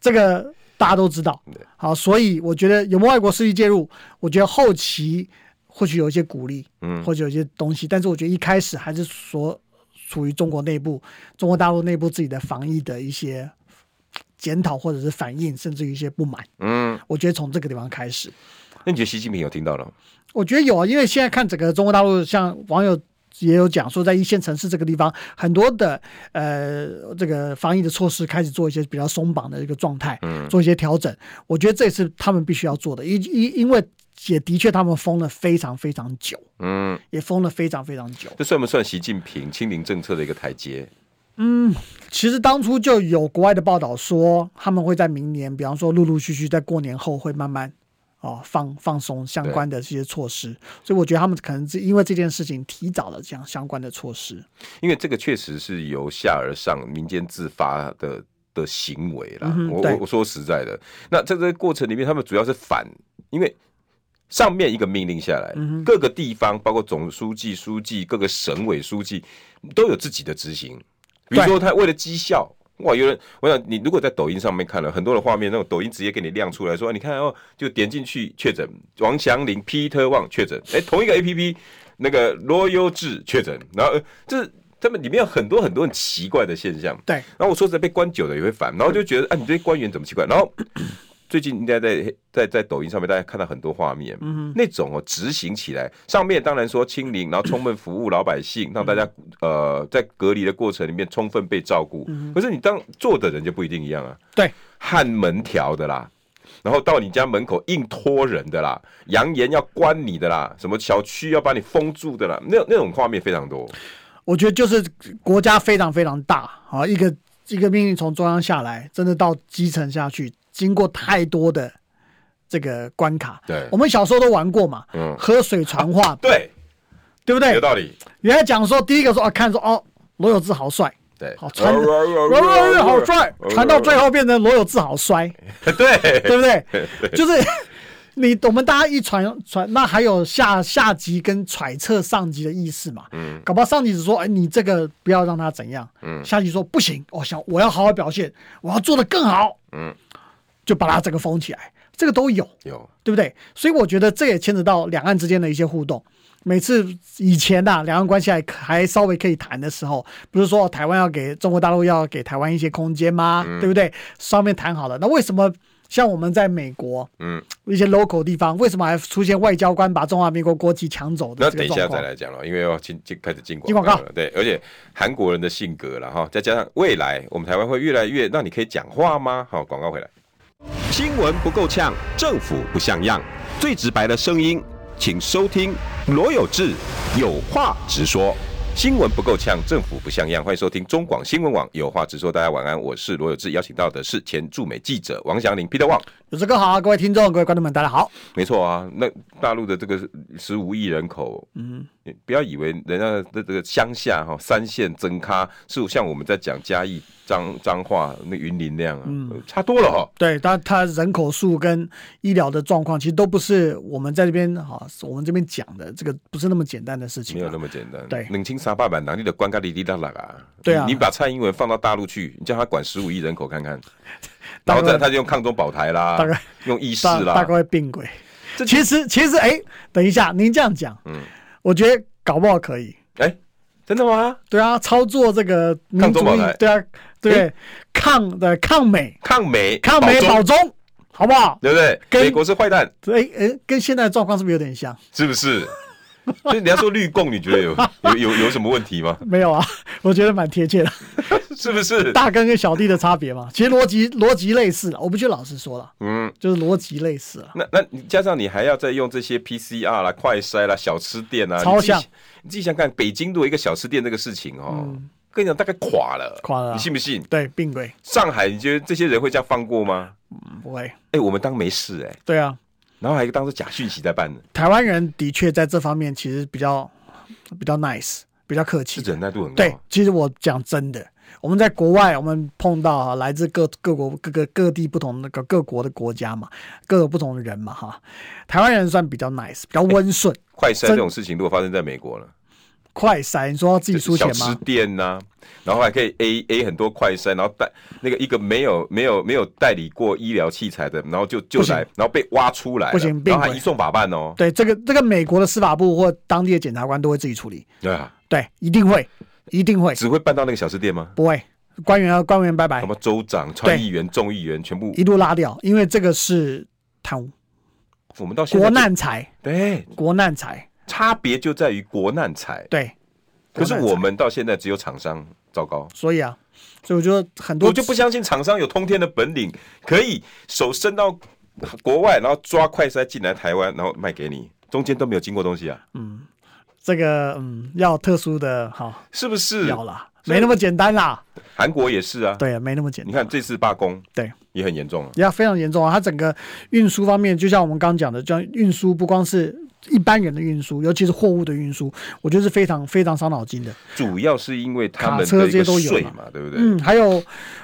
这个大家都知道。好，所以我觉得有没有外国势力介入，我觉得后期或许有一些鼓励，
嗯
或者有一些东西，但是我觉得一开始还是所属于中国内部、中国大陆内部自己的防疫的一些检讨，或者是反应，甚至于一些不满。
嗯，
我觉得从这个地方开始，
那你觉得习近平有听到了吗？
我觉得有啊，因为现在看整个中国大陆，像网友也有讲说，在一线城市这个地方，很多的呃这个防疫的措施开始做一些比较松绑的一个状态，
嗯
做一些调整。我觉得这也是他们必须要做的，因因因为也的确他们封了非常非常久，
嗯，
也封了非常非常久。
这算不算习近平清零政策的一个台阶？
其实当初就有国外的报道说，他们会在明年，比方说陆陆续续在过年后会慢慢哦放放松相关的这些措施，所以我觉得他们可能是因为这件事情提早了这样相关的措施。
因为这个确实是由下而上民间自发的的行为啦。
嗯哼
我
对
我我说实在的，那在这个过程里面，他们主要是反，因为上面一个命令下来，
嗯
各个地方包括总书记、书记、各个省委书记都有自己的执行。比如说，他为了绩效。哇，有人，我想你如果在抖音上面看了很多的画面，那种抖音直接给你亮出来说，你看哦，就点进去确诊，王祥林、Peter Wang 确诊，哎，同一个 A P P，那个罗优志确诊，然后呃这他们里面有很多很多很奇怪的现象，
对，
然后我说实在被关久了也会烦，然后就觉得啊，你这些官员怎么奇怪？然后 [coughs] 最近应该在在在抖音上面大家看到很多画面，那种哦执行起来，上面当然说清零，然后充分服务老百姓，让大家呃在隔离的过程里面充分被照顾。可是你当做的人就不一定一样啊，
对，
焊门条的啦。然后到你家门口硬拖人的啦，扬言要关你的啦，什么小区要把你封住的啦，那那种画面非常多。
我觉得就是国家非常非常大啊，一个一个命令从中央下来，真的到基层下去，经过太多的这个关卡。
对
我们小时候都玩过嘛，
嗯啊
喝水传
[laughs]
话，
对，
对不对
有？道理。 [laughs]
原来讲说第一个说啊，看说哦，罗有志好帅，
对，
好传的，罗
呃
有志好帅，传到最后变成罗有志好衰，
对，
对不对？就是你我们大家一传传，那还有下下级跟揣测上级的意思嘛？嗯，搞不好上级只说，哎，你这个不要让他怎样，嗯，下级说不行，我想我要好好表现，我要做得更好，
嗯，
就把他整个封起来，这个都有。
有
对不对？所以我觉得这也牵扯到两岸之间的一些互动。每次以前呐、两岸关系还还稍微可以谈的时候，不是说台湾要给中国大陆要给台湾一些空间吗？
嗯
对不对？上面谈好了，那为什么像我们在美国，
嗯，
一些 local 地方，为什么还出现外交官把中华民国国旗抢走的
那
这
等
个
一
状
下再
况？
来讲了，因为要进进开始进
进
广
广
告
告
了。对，而且韩国人的性格了哈，再加上未来我们台湾会越来越让你可以讲话吗？好，广告回来。
新闻不够呛，政府不像样，最直白的声音，请收听罗有志有话直说。
新闻不够呛，政府不像样。欢迎收听中广新闻网，有话直说。大家晚安，我是罗有志，邀请到的是前驻美记者王祥林 Peter Wang。
有这个好、啊，各位听众、各位观众们，大家好。
没错啊，那大陆的这个十五亿人口，嗯，不要以为人家的这个乡下哈、三线增咖是像我们在讲嘉义、彰彰化、那云林那样啊，
嗯
呃差多了哈、
对，但它人口数跟医疗的状况，其实都不是我们在这边哈、我们这边讲的这个不是那么简单的事情、
没有
啊
那。么简单。
对
冷清沙坝版哪里的关咖哩哩啦啦啊？
对啊
你你把蔡英文放到大陆去，你叫他管十五亿人
[laughs]
口看看，
大
然
陆
后再他就用抗中保台啦
大概，
用意识
大大
啦
概，会病鬼。
这就
其实其实哎、等一下，您这样讲，嗯，我觉得搞不好可以。
哎、真的吗？
对啊，操作这个民
中
主
保
义
台，
对啊，对
诶
抗的抗美，
抗美，
抗美
中
保中，好不好？
对不对？
跟
美国是坏蛋，
哎哎，跟现在的状况是不是有点像？
是不是？所以你要说绿共，你觉得有
[laughs]
有有有什么问题吗？
没有啊， [laughs] 我觉得蛮贴切的，
是不是？
大根跟小弟的差别嘛，其实逻辑逻辑类似了，我必须老实说了，
嗯，
就是逻辑类似了。
那那你加上你还要再用这些 PCR 啦、快筛啦、小吃店啊，
超
你自己
像
你自己想看北京如果一个小吃店这个事情哦，跟你讲大概垮了，
嗯垮了啊
你信不信？
对，并轨
上海，你觉得这些人会这样放过吗？
不会，
哎、我们当没事哎、
对啊，
然后还当做假讯息在办呢，
台湾人的确在这方面其实比较比较 nice，比较客
是
气。
忍耐度很高。
对，其实我讲真的，我们在国外，我们碰到啊，来自各各国各个各地不同那个各国的国家嘛，各有不同的人嘛哈。台湾人算比较 nice，比较温顺，
快筛
真
这种事情如果发生在美国了，
快塞，你说要自己出
小
钱
吃
吗？
店呐、然后还可以 A A 很多快筛，然后代那个一个没有没有没有代理过医疗器材的，然后就就
不行
来，然后被挖出来了，
不行并
然后还
轨
移送法办哦。
对，这个这个美国的司法部或当地的检察官都会自己处理，
对啊，
对，一定会，一定会，
只会办到那个小吃店吗？
不会，官员要官员拜拜
什，么州长、参议员、众议员，全部
哎一路拉掉，因为这个是贪污，
我们到现在
国
就
难财，
对
国难财，
差别就在于国难财。
对。
可是
国难财
我们到现在只有厂商，糟糕，
所以啊，所以我觉得很多
我就不相信厂商有通天的本领，可以手伸到国外，然后抓快筛进来台湾，然后卖给你，中间都没有经过东西啊，
这个嗯，要特殊的好
是不是？
要啦，没那么简单啦。
韩国也是啊，
对，没那么简
你
单。
看这次罢工
对，
也很严重啊，
要非常严重啊！它整个运输方面，就像我们刚刚讲的，像运输不光是一般人的运输，尤其是货物的运输，我觉得是非常非常伤脑筋的。
主要是因为他
卡
们
车
的一
这
个
些都有
税
嘛
嘛，对不对？
嗯，还有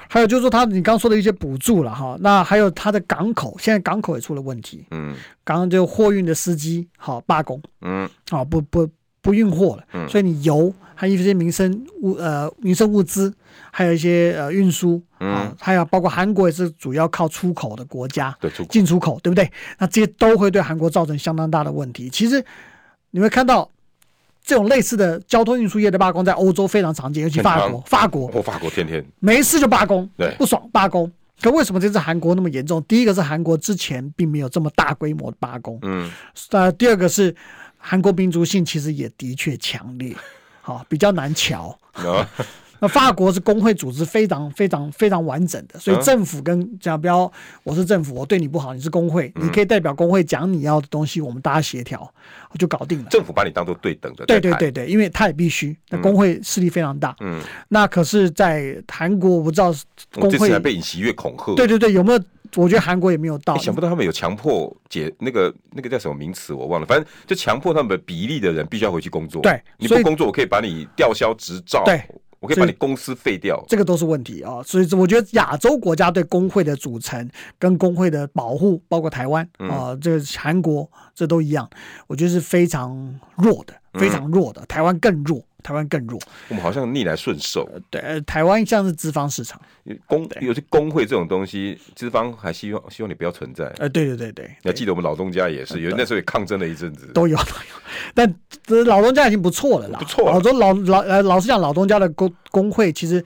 还有就是说它，你刚说的一些补助了哈，那还有它的港口，现在港口也出了问题。
嗯
刚刚就货运的司机好罢工，
嗯，
啊、不不不运货了，所以你油还有一些民生物呃民生物资，还有一些呃运输
嗯
啊，还有包括韩国也是主要靠出口的国家，
对出口
进出口对不对？那这些都会对韩国造成相当大的问题。其实你会看到这种类似的交通运输业的罢工在欧洲非常常见，尤其
很
法
常
国，法国
我法国天天
没事就罢工，
对
不爽罢工。可为什么这次韩国那么严重？第一个是韩国之前并没有这么大规模的罢工，
嗯，
呃，第二个是韩国民族性其实也的确强烈，好、比较难瞧。
然后
那法国是工会组织非常非常非常完整的，所以
嗯
政府跟讲不要，我是政府，我对你不好，你是工会，
嗯
你可以代表工会讲你要的东西，我们大家协调就搞定了。
政府把你当做对等的，
对对对，对，因为他也必须，那工会势力非常大。
嗯，
那可是，在韩国我不知道
我
工
这
会
次还，被尹锡悦恐吓，
对对对，有没有？我觉得韩国也没有到
欸，想不到他们有强迫解那个那个叫什么名词我忘了，反正就强迫他们比例的人必须要回去工作。
对
你
所
不
以
工作，我可以把你吊销执照，
对，
我可以把
所以
你公司废掉。
这个都是问题啊、所以我觉得亚洲国家对工会的组成跟工会的保护，包括台湾
嗯
啊、这个韩国这都一样，我觉得是非常弱的，
嗯
非常弱的。台湾更弱，台湾更弱。
我们好像逆来顺受，
对，呃台湾像是资方市场，
工尤其工会这种东西，资方还希望希望你不要存在。
呃，对对对对，
你要记得我们老东家也是，有那时候也抗争了一阵子。
都有都有， [laughs] 但这老东家已经不错了啦，
不错了
老东老老呃，老实讲，老东家的工工会其实，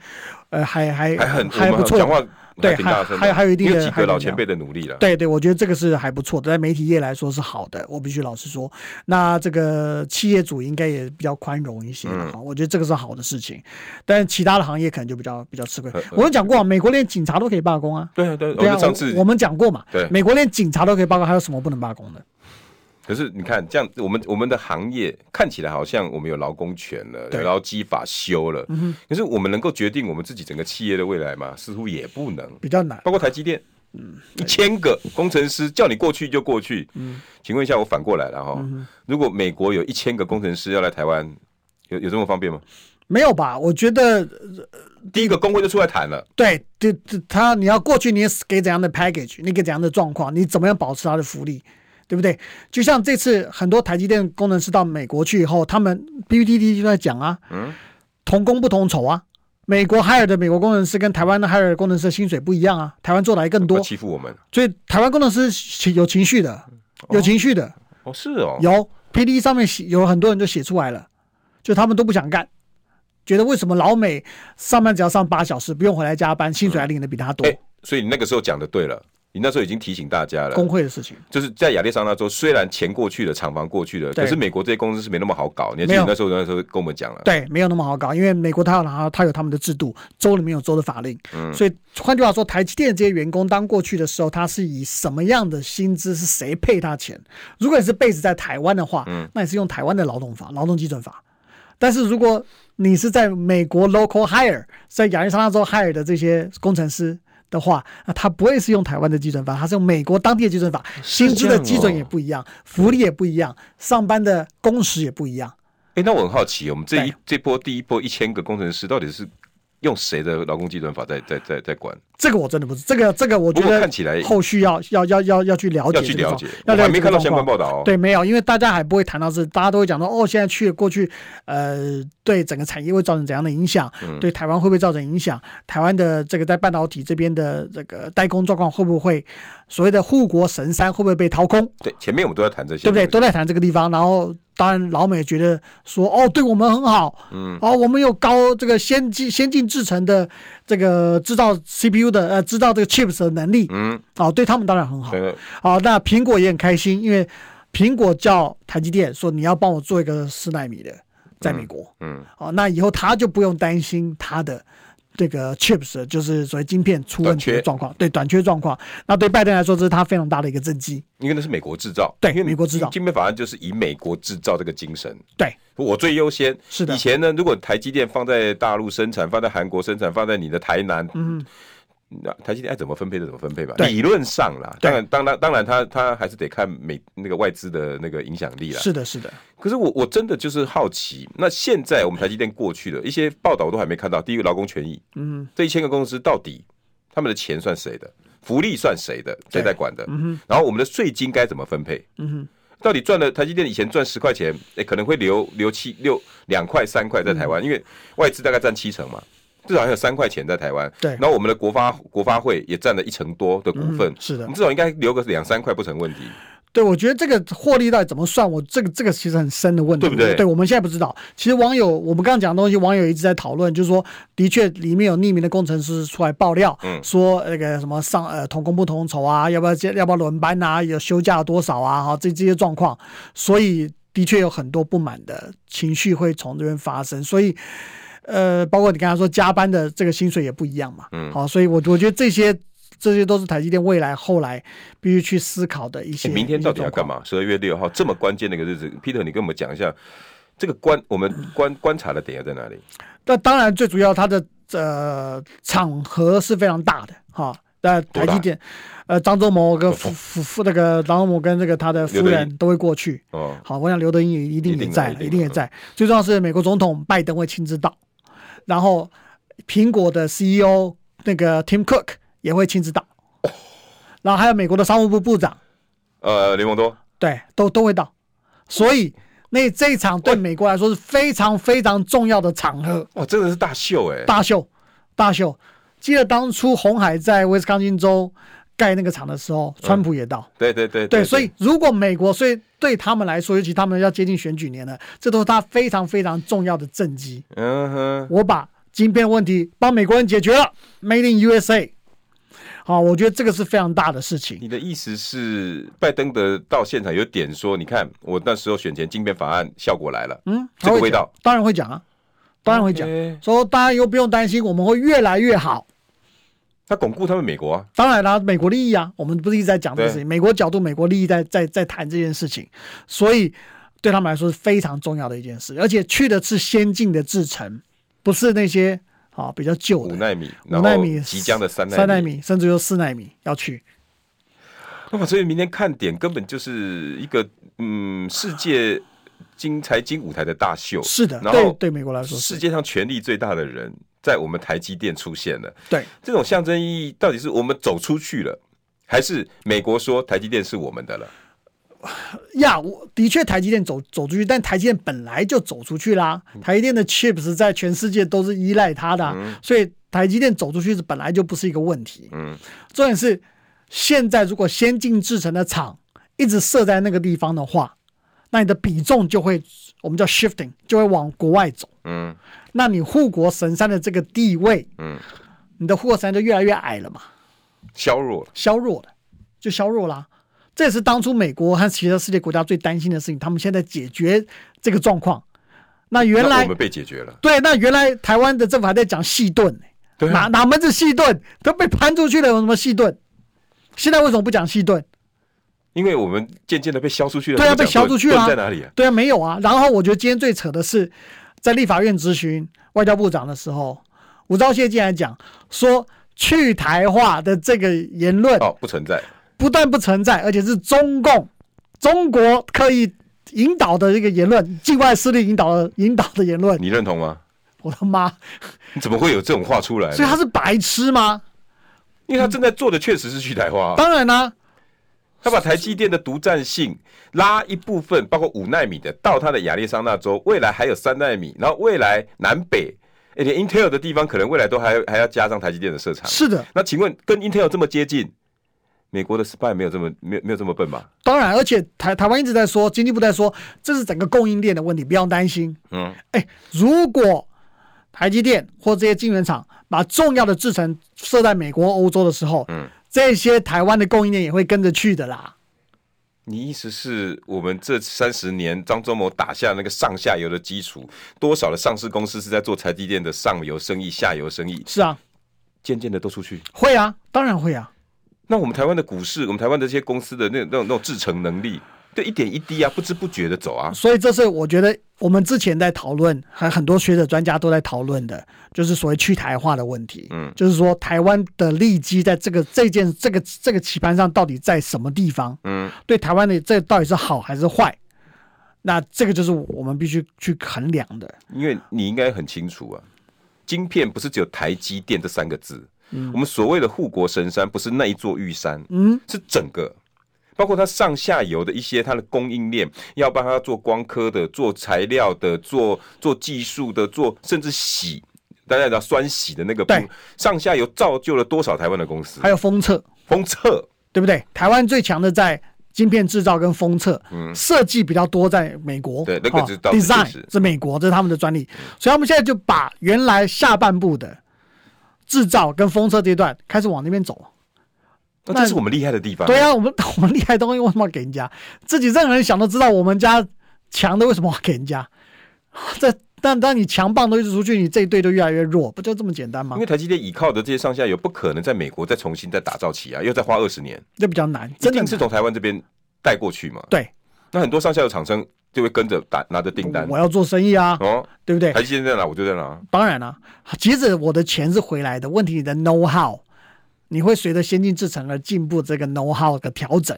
呃，还还
还很
还
我
不
们
错，
讲话
对
挺
还
大声的，
还还有一定的
因为几个
还有
老
力
前
量
辈的努力了。
对对，我觉得这个是还不错的，在媒体业来说是好的，我必须老实说。那这个企业主应该也比较宽容一些了哈、
嗯
我觉得这个是好的事情。但其他的行业可能就比较比较吃亏。我们讲过、啊，美国连警察都可以罢工啊。
对啊呃对啊，我
对啊，
们上次
我我们讲过嘛
对，
美国连警察都可以罢工，还有什么不能罢工的？
可是你看，这样我们我们的行业看起来好像我们有劳工权了，有
对嗯
劳基法修了，可是我们能够决定我们自己整个企业的未来吗？似乎也不能。
比较难。
包括台积电，
嗯
一千个工程师叫你过去就过去，
嗯
请问一下，我反过来了哈，如果美国有一千个工程师要来台湾，有有这么方便吗？
没有吧？我觉得
第一个工会就出来谈了，
对，这这他你要过去，你是给怎样的 package，你给怎样的状况，你怎么样保持他的福利，对不对？就像这次很多台积电工程师到美国去以后，他们 PPTT 就在讲啊，
嗯，
同工不同酬啊，美国 hire 的美国工程师跟台湾的 hire 的工程师的薪水不一样啊，台湾做的还更
要
多，
欺负我们，
所以台湾工程师是有情绪的，有情绪的，
哦，是哦，
有 P D 上面写有很多人就写出来了，就他们都不想干，觉得为什么老美上班只要上八小时，不用回来加班，薪水还领的比他多
哎、，所以你那个时候讲的对了，你那时候已经提醒大家了，
工会的事情。
就是在亚利桑那州，虽然钱过去了，厂房过去了，
对
可是美国这些公司是没那么好搞。你还记
没
得
有
那时候那时候跟我们讲了，
对，没有那么好搞，因为美国它有它它有他们的制度，州里面有州的法令，所以换句话说，台积电这些员工当过去的时候，他是以什么样的薪资，是谁配他钱？如果你是 base 在台湾的话，那你是用台湾的劳动法、劳动基准法。但是如果你是在美国 local hire，在亚利桑那州 hire 的这些工程师。的话，那他不会是用台湾的基准法，他是用美国当地的基准法，薪资的基准也不一样，福利也不一样，上班的工时也不一样。
哎、那我很好奇，我们这一
对
这波第一波一千个工程师到底是用谁的劳工基准法在在在在管？
这个我真的不知，这个这个我觉
不过
得
看起来
后续要要要要要去了解
要去
这个
了
状
解
要
我还没
这个
看到
状
相关报
况
道哦
对，没有，因为大家还不会谈到这，大家都会讲说哦，现在去过去，呃，对整个产业会造成怎样的影响？
嗯
对台湾会不会造成影响？台湾的这个在半导体这边的这个代工状况会不会所谓的护国神山会不会被掏空？
对，前面我们都在谈这些，
对不对？都在谈这个地方，然后当然老美觉得说哦，对我们很好，嗯，哦，我们有高这个先进先进制成的这个制造 CPU 的呃制造这个 chips 的能力，
嗯，
哦，对他们当然很好。
对
好，那苹果也很开心，因为苹果叫台积电说你要帮我做一个四纳米的，在美国，
嗯，
哦，那以后他就不用担心他的。这个 chips 就是所谓晶片出问题
短缺
的状况，对短缺状况，那对拜登来说，这是他非常大的一个政绩。
因为那是美国制造，
对
因为
美国制造
晶片法案就是以美国制造这个精神，
对，
我最优先。
是的
以前呢，如果台积电放在大陆生产，放在韩国生产，放在你的台南，嗯，那台积电爱怎么分配就怎么分配吧。
对
理论上啦，
对
当然，当然，当然它，它还是得看美那个外资的那个影响力啦。
是的，是的，
可是我我真的就是好奇，那现在我们台积电过去的一些报道我都还没看到。第一个，劳工权益，嗯，这一千个公司到底他们的钱算谁的？福利算谁的？谁在管的？嗯、然后我们的税金该怎么分配？嗯到底赚了台积电以前赚十块钱，诶，可能会留留七六两块三块在台
嗯
湾，因为外资大概占七成嘛，至少还有三块钱在台湾。
对
然后我们的国发国发会也占了一成多的股份，
嗯是的
我们至少应该留个两三块不成问题。哎
对，我觉得这个获利到底怎么算，我这个这个其实很深的问题，
对不对
对，我们现在不知道。其实网友，我们刚刚讲的东西，网友一直在讨论，就是说，的确里面有匿名的工程师出来爆料，
嗯
说那个什么上呃同工不同酬啊，要不要接要不要轮班啊，有休假多少啊，哈，这这些状况，所以的确有很多不满的情绪会从这边发生，所以。呃，包括你刚才说加班的这个薪水也不一样嘛，嗯，好，所以我我觉得这些这些都是台积电未来后来必须去思考的一些。
你哎明天到底要干嘛？十二月六号这么关键的一个日子，Peter，你跟我们讲一下这个观我们观观察的点要在哪里？
那当然，最主要它的呃场合是非常大的哈。那
多大
台积电，呃，张忠谋跟夫夫夫那个张忠谋跟这个他的夫
刘德
人都会过去。
哦，
好，我想刘德英也一定
一定
也
的
在
一定
了，
的
一定也在。最重要是美国总统拜登会亲自到，然后苹果的 CEO 那个 Tim Cook 也会亲自到，然后还有美国的商务部部长，
呃，雷蒙多，
对，都都会到。所以那这一场对美国来说是非常非常重要的场合。
哇，哦真的是大秀哎、
呃大秀，大秀。记得当初红海在威斯康星州盖那个厂的时候，川普也到。
对对嗯对
对，所以如果美国，所以对他们来说，尤其他们要接近选举年了，这都是他非常非常重要的政绩。
嗯哼，
我把晶片问题帮美国人解决了，Made in USA。好，我觉得这个是非常大的事情。
你的意思是拜登的到现场有点说，你看我那时候选前晶片法案效果来了，
嗯，
这个
他会
味
讲
道，嗯
当然会讲啊，当然会讲
OK，
说大家又不用担心，我们会越来越好。
他巩固他们美国啊，
当然啦，美国利益啊，我们不是一直在讲这个事
对
情，美国角度、美国利益在在在谈这件事情，所以对他们来说是非常重要的一件事，而且去的是先进的制程，不是那些啊比较旧
五
的
纳米，
五
然
纳
后
米、
即将的三
三
纳
纳，米，甚至有四纳米要去。
哇，所以明天看点根本就是一个嗯世界金财经舞台的大秀，
是的，
然后
对对，美国来说
世
是
界上权力最大的人在我们台积电出现了，
对。
这种象征意义到底是我们走出去了，还是美国说台积电是我们的了？
呀，我的确台积电走走出去，但台积电本来就走出去啦。台积电的 chips 在全世界都是依赖它的啊、所以台积电走出去是本来就不是一个问题。
嗯，
重点是现在如果先进制成的厂一直设在那个地方的话，那你的比重就会我们叫 shifting，就会往国外走。
嗯
那你护国神山的这个地位，
嗯，
你的护国神山就越来越矮了嘛，
削弱了，
削弱了，就削弱啦、这也是当初美国和其他世界国家最担心的事情，他们现在解决这个状况。那原
那
来
我们被解决了，
对，那原来台湾的政府还在讲细盾、呢，
对啊
哪哪门子细盾都被盘出去了，有什么细盾？现在为什么不讲细盾？
因为我们渐渐的被削出去了。
对啊，
我们
被
讲
削出去了、
盾在哪里啊？
对啊，没有啊。然后我觉得今天最扯的是，在立法院咨询外交部长的时候，吴钊燮竟然讲说去台化的这个言论
哦，不存在，
不但不存在，而且是中共中国刻意引导的一个言论，境外势力引导的引导的言论。
你认同吗？
我的妈！
你怎么会有这种话出来呢？
所以他是白痴吗？
因为他正在做的确实是去台化啊、
当然啦、
他把台积电的独占性拉一部分，包括五纳米的到他的亚利桑那州，未来还有三纳米，然后未来南北，诶连 Intel 的地方可能未来都还还要加上台积电的设厂。
是的，
那请问跟 Intel 这么接近，美国的 spy 没有这么没有没有这么笨吧？
当然，而且台台湾一直在说，经济部在说，这是整个供应链的问题，不要担心。
嗯，
哎，如果台积电或这些晶圆厂把重要的制程设在美国、欧洲的时候，嗯，这些台湾的供应链也会跟着去的啦。
你意思是我们这三十年张忠谋打下那个上下游的基础，多少的上市公司是在做台积电的上游生意、下游生意，
是啊，
渐渐的都出去。
会啊，当然会啊。
那我们台湾的股市，我们台湾的这些公司的那那种那种制成能力，就一点一滴啊，不知不觉的走啊。
所以这是我觉得我们之前在讨论，还很多学者专家都在讨论的，就是所谓去台化的问题。嗯，就是说台湾的利基在这个这件这个这个棋盘上到底在什么地方？
嗯，
对台湾的这到底是好还是坏？那这个就是我们必须去衡量的。
因为你应该很清楚啊，晶片不是只有台积电这三个字。
嗯
我们所谓的护国神山，不是那一座玉山，嗯，是整个，包括它上下游的一些它的供应链，要帮它做光刻的、做材料的、做做技术的、做甚至洗，大家知道酸洗的那个部
对
上下游造就了多少台湾的公司
还？有封测，
封测，
对不对？台湾最强的在晶片制造跟封测，设计比较多在美国，
嗯对那个
哦
就到处都
design
是嗯
是美国，这是他们的专利，所以他们现在就把原来下半部的制造跟封测这一段开始往那边走。
那
那
这是我们厉害的地方。
对啊，我们 [laughs] 我们厉害的东西为什么要给人家？自己任何人想都知道我们家强的为什么要给人家？ [laughs] 这但当你强棒都一直出去，你这一队就越来越弱，不就这么简单吗
因为？台积电倚靠的这些上下游，不可能在美国再重新再打造起啊，又再花二十年，
这比较难，
一
真的
定是
难
从台湾这边带过去嘛。
对。
那很多上下游厂商就会跟着打拿着订单
我，要做生意啊，
哦，
对不对？
台积电在哪我就在哪。
当然啦、即使我的钱是回来的，问题你的 know how，你会随着先进制程而进步，这个 know how 的调整，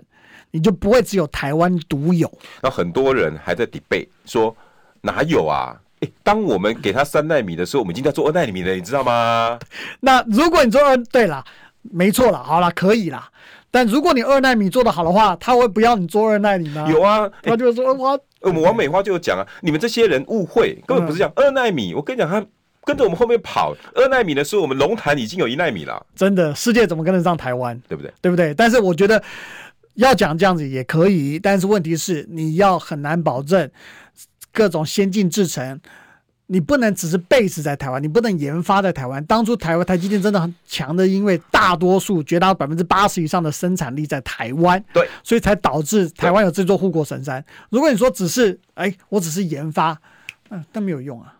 你就不会只有台湾独有。
然后很多人还在 debate 说哪有啊？
哎
诶，当我们给他三纳米的时候，我们已经在做二纳米了，你知道吗？
那如果你做二，对啦，没错啦，好啦，可以啦。但如果你二纳米做得好的话，他会不要你做二纳米吗？
有，啊，诶
他就会说哇，
我们王美花就有讲啊，你们这些人误会，根本不是这样。二纳米，我跟你讲，他跟着我们后面跑，二纳米的时候，我们龙潭已经有一纳米了，
真的，世界怎么跟得上台湾？
对不对？
对不对？但是我觉得要讲这样子也可以，但是问题是你要很难保证各种先进制程，你不能只是 base 在台湾，你不能研发在台湾。当初台湾台积电真的很强的，因为大多数绝大百分之八十以上的生产力在台湾，
对，
所以才导致台湾有这座护国神山。如果你说只是哎，我只是研发，嗯、那没有用啊，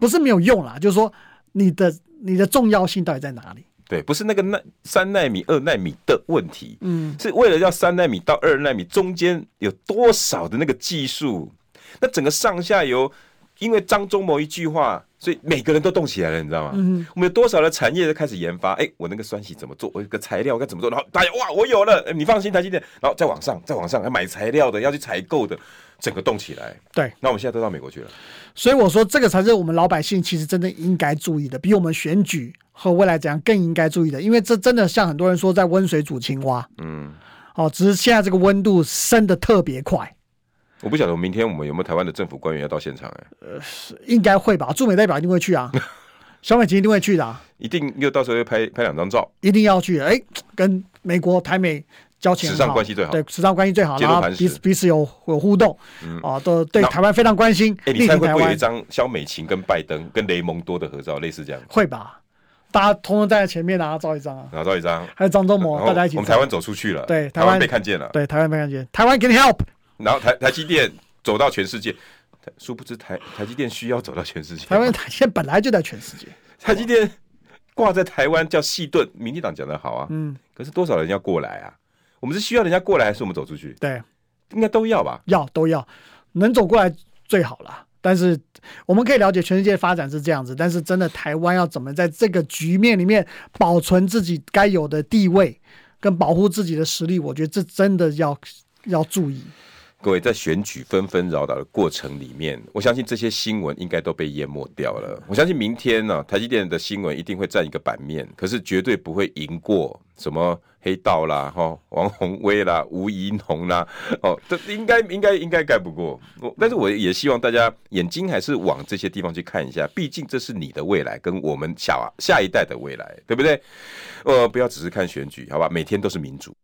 不是没有用啦，就是说你的你的重要性到底在哪里？
对，不是那个那三纳米、二纳米的问题，
嗯，
是为了要三纳米到二纳米中间有多少的那个技术，那整个上下游，因为张忠谋一句话，所以每个人都动起来了，你知道吗？嗯，我们有多少的产业都开始研发，哎、我那个酸洗怎么做，我有个材料该怎么做，然后大家哇，我有了，哎你放心，台积电，然后再往上，再往上，要买材料的，要去采购的，整个动起来。
对。
那我们现在都到美国去了，
所以我说，这个才是我们老百姓其实真的应该注意的，比我们选举和未来怎样更应该注意的，因为这真的像很多人说，在温水煮青蛙，
嗯。
哦，只是现在这个温度升的特别快，
我不晓得明天我们有没有台湾的政府官员要到现场、哎，
应该会吧？驻美代表一定会
[laughs]
去啊，小美琴一定会去的、啊，
一定又到时候又拍拍两张照，
一定要去。哎，跟美国台美交情
史
很
上关系最好
对，史上关系最好，
坚
然
若
后
磐石
彼此彼此有有互动，哦，都对
嗯那
台湾非常关心，
哎、
力
你猜
挺
会
台
不会有一
湾，
张肖美琴跟拜登跟雷蒙多的合照，类似这样？
会吧？大家通通站在前面啊，照一张啊，
然后照一张，
还有张忠
然
谋，
后
哦大家一起
我
照。
们台湾走出去了，
对
台
台湾
被看见了，
对台湾没感觉，台湾 can help，
然后台台积电走到全世界，台殊不知台台积电需要走到全世界，
台湾 [laughs] 现在本来就在全世界，
台积电挂在台湾叫细盾，民进党讲的好啊，嗯，可是多少人要过来啊？我们是需要人家过来，还是我们走出去？
对，
应该都要吧？
要都要，能走过来最好啦。但是我们可以了解全世界发展是这样子，但是真的台湾要怎么在这个局面里面保存自己该有的地位，跟保护自己的实力，我觉得这真的要要注意。
各位在选举纷纷扰扰的过程里面，我相信这些新闻应该都被淹没掉了。我相信明天呢、台积电的新闻一定会占一个版面，可是绝对不会赢过什么黑道啦、哈王宏威啦、吴怡农啦，哦，这应该应该应该盖不过。我但是我也希望大家眼睛还是往这些地方去看一下，毕竟这是你的未来，跟我们下下一代的未来，对不对？呃，不要只是看选举，好吧？每天都是民主。